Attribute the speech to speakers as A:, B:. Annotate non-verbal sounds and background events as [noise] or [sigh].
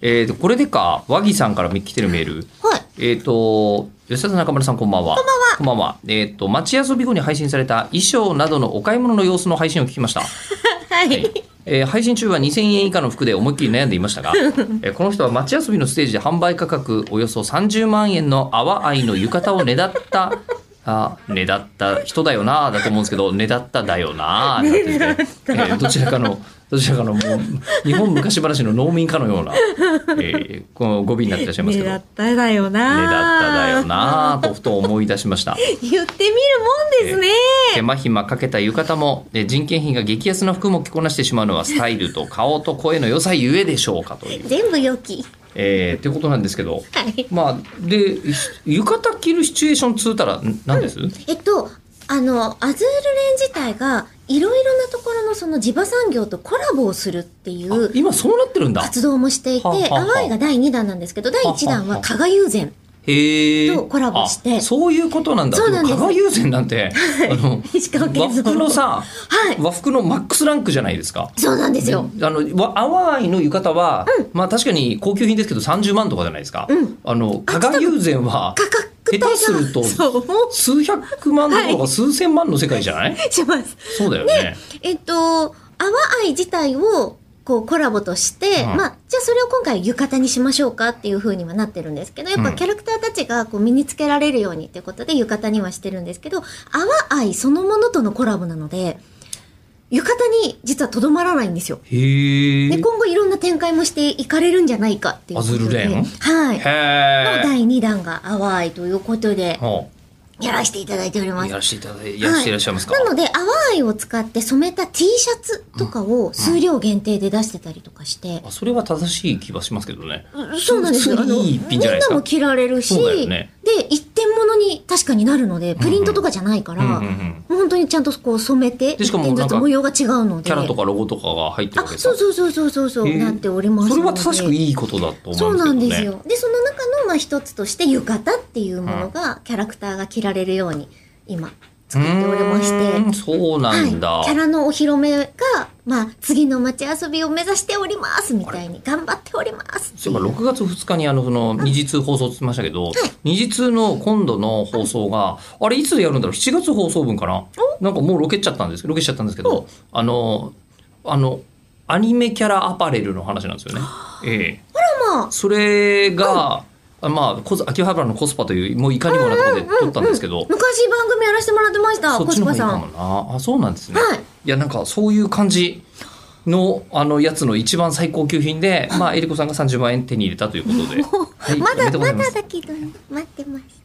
A: えーと、これでか、和木さんから来てるメール。
B: はい。
A: えーと、吉田さん、中村さん、こんばんは。こんばんは。えーと、街遊び後に配信された衣装などのお買い物の様子の配信を聞きました。
B: はい。
A: えー配信中は2000円以下の服で思いっきり悩んでいました [laughs] が、えーこの人は街遊びのステージで販売価格およそ30万円の淡愛の浴衣をねだった、あねだった人だよなだと思うんですけど、ねだっただよなだって言って、えーどちらかの、どちらかのもう日本昔話の農民かのような、えーこの語尾になっていらっしゃいます
B: 目
A: けど、ね
B: 立
A: だ
B: っ
A: った
B: だよな。
A: ただよ。なとふと思い出しました。
B: 言ってみるもんですね。
A: 手間暇かけた浴衣もえー人件費が激安な服も着こなしてしまう
B: [laughs]
A: のはスタイルと顔と声の良さゆえでしょうかという。
B: 全部良き。
A: えー、っていうことなんですけど、
B: はい。
A: まあでし浴衣着るシチュエーションつうたらんなんです、
B: えっと、あの、アズールレン自体が、いろいろなところのその地場産業とコラボをするってい
A: あ
B: う
A: 今そうなってるんだ。
B: 活動もしていて、
A: はあはあはあ
B: アワイが第2弾なんですけど、第1
A: は
B: 弾
A: あは
B: は
A: あ
B: 加賀友禅。
A: へえ。
B: とコラボして
A: あそういうことなんだ。
B: そうなんです
A: も加賀友禅なん
B: [laughs]
A: て、あの
B: 石川
A: 和
B: 県の
A: 服のさ、
B: はい。
A: 和服のマックスランクじゃないですか。
B: そうなんですよ。
A: あのわ淡いの浴衣は、まあ確かに高級品ですけど30万とかじゃないですか。
B: うん
A: あの加賀友禅は
B: 価格帯
A: 下
B: が。
A: 手すると
B: そう、もう
A: 数百万どころか数千万の世界じゃない？
B: します。
A: そうだよね。
B: えっと、アワアイ自体を、こうコラボとして、
A: うん
B: まあ、じゃあそれを今回浴衣にしましょうかっていう風にはなってるんですけど、やっ
A: う
B: ぱ
A: ん
B: キャラクターたちがこう身につけられるようにっていうことで浴衣にはしてるんですけど、アワアイそのものとのコラボなので、浴衣に実はとどまらないんですよ。
A: へえ。
B: で、今後いろんな展開もしていかれるんじゃないかっていうことで。
A: アズルレーン
B: はい。
A: へえ。
B: の第2弾がアワアイということで、
A: ほ
B: やらせていただいておりま
A: う
B: す
A: や。らせていただいやらせていらっしゃいますか。
B: なので、アワーイを使って染めた T シャツとかを数量限定で出してたりとかして、
A: あそれは正しい気はしますけどね。
B: そうなんですよ。あの
A: いい一
B: み
A: 品
B: ん
A: じゃないですか
B: なも着られるし、
A: そうだよね
B: で、一点物に確かになるので、プリントとかじゃないから、
A: うんうんうん
B: もう本当にちゃんとこう染めて、
A: でしかも
B: 一点ずつ
A: なんか
B: 模様が違うので。
A: キャラとかロゴとかが入ってる
B: あ、
A: わけです
B: そうそうそうそうそうそう、
A: へー
B: なっております
A: そ
B: ので。
A: れは正しくいいことだと思
B: そううん
A: ですけ
B: な
A: ど
B: ん
A: ね。
B: ですよ。で、その中の、まあ、一つとして、浴衣っていうものが、キャラクターが着られるように、今、作っておりまして。
A: うーんそうなんだ。
B: はい、キャラのお披露目が、まあ、次の街遊びを目指しておりますみたいに頑張っております
A: そういえば6月2日にあのその二次通放送って言ってましたけど、二次通の今度の放送が、あれいつでやるんだろう ?7 月放送分かななんかもうロケっちゃったんですけど、ロケしちゃったんですけど、あの、あの、アニメキャラアパレルの話なんですよね。ええ。
B: まあ
A: それが、あまあ、コス秋葉原のコスパという、もういかにもなところで撮ったんですけど、
B: 昔番組やらせてもらってました
A: そっ
B: 小
A: ちの方
B: 島
A: がいい
B: さ
A: か
B: ん
A: もな。あ、そうなんですね。
B: はい
A: や、なんかそういう感じの、あの、やつの一番最高級品で、まあ、えりこさんが30万円手に入れたということで。はい、
B: ま
A: おめで
B: だ
A: とうござ
B: ま
A: います
B: だだけど待ってます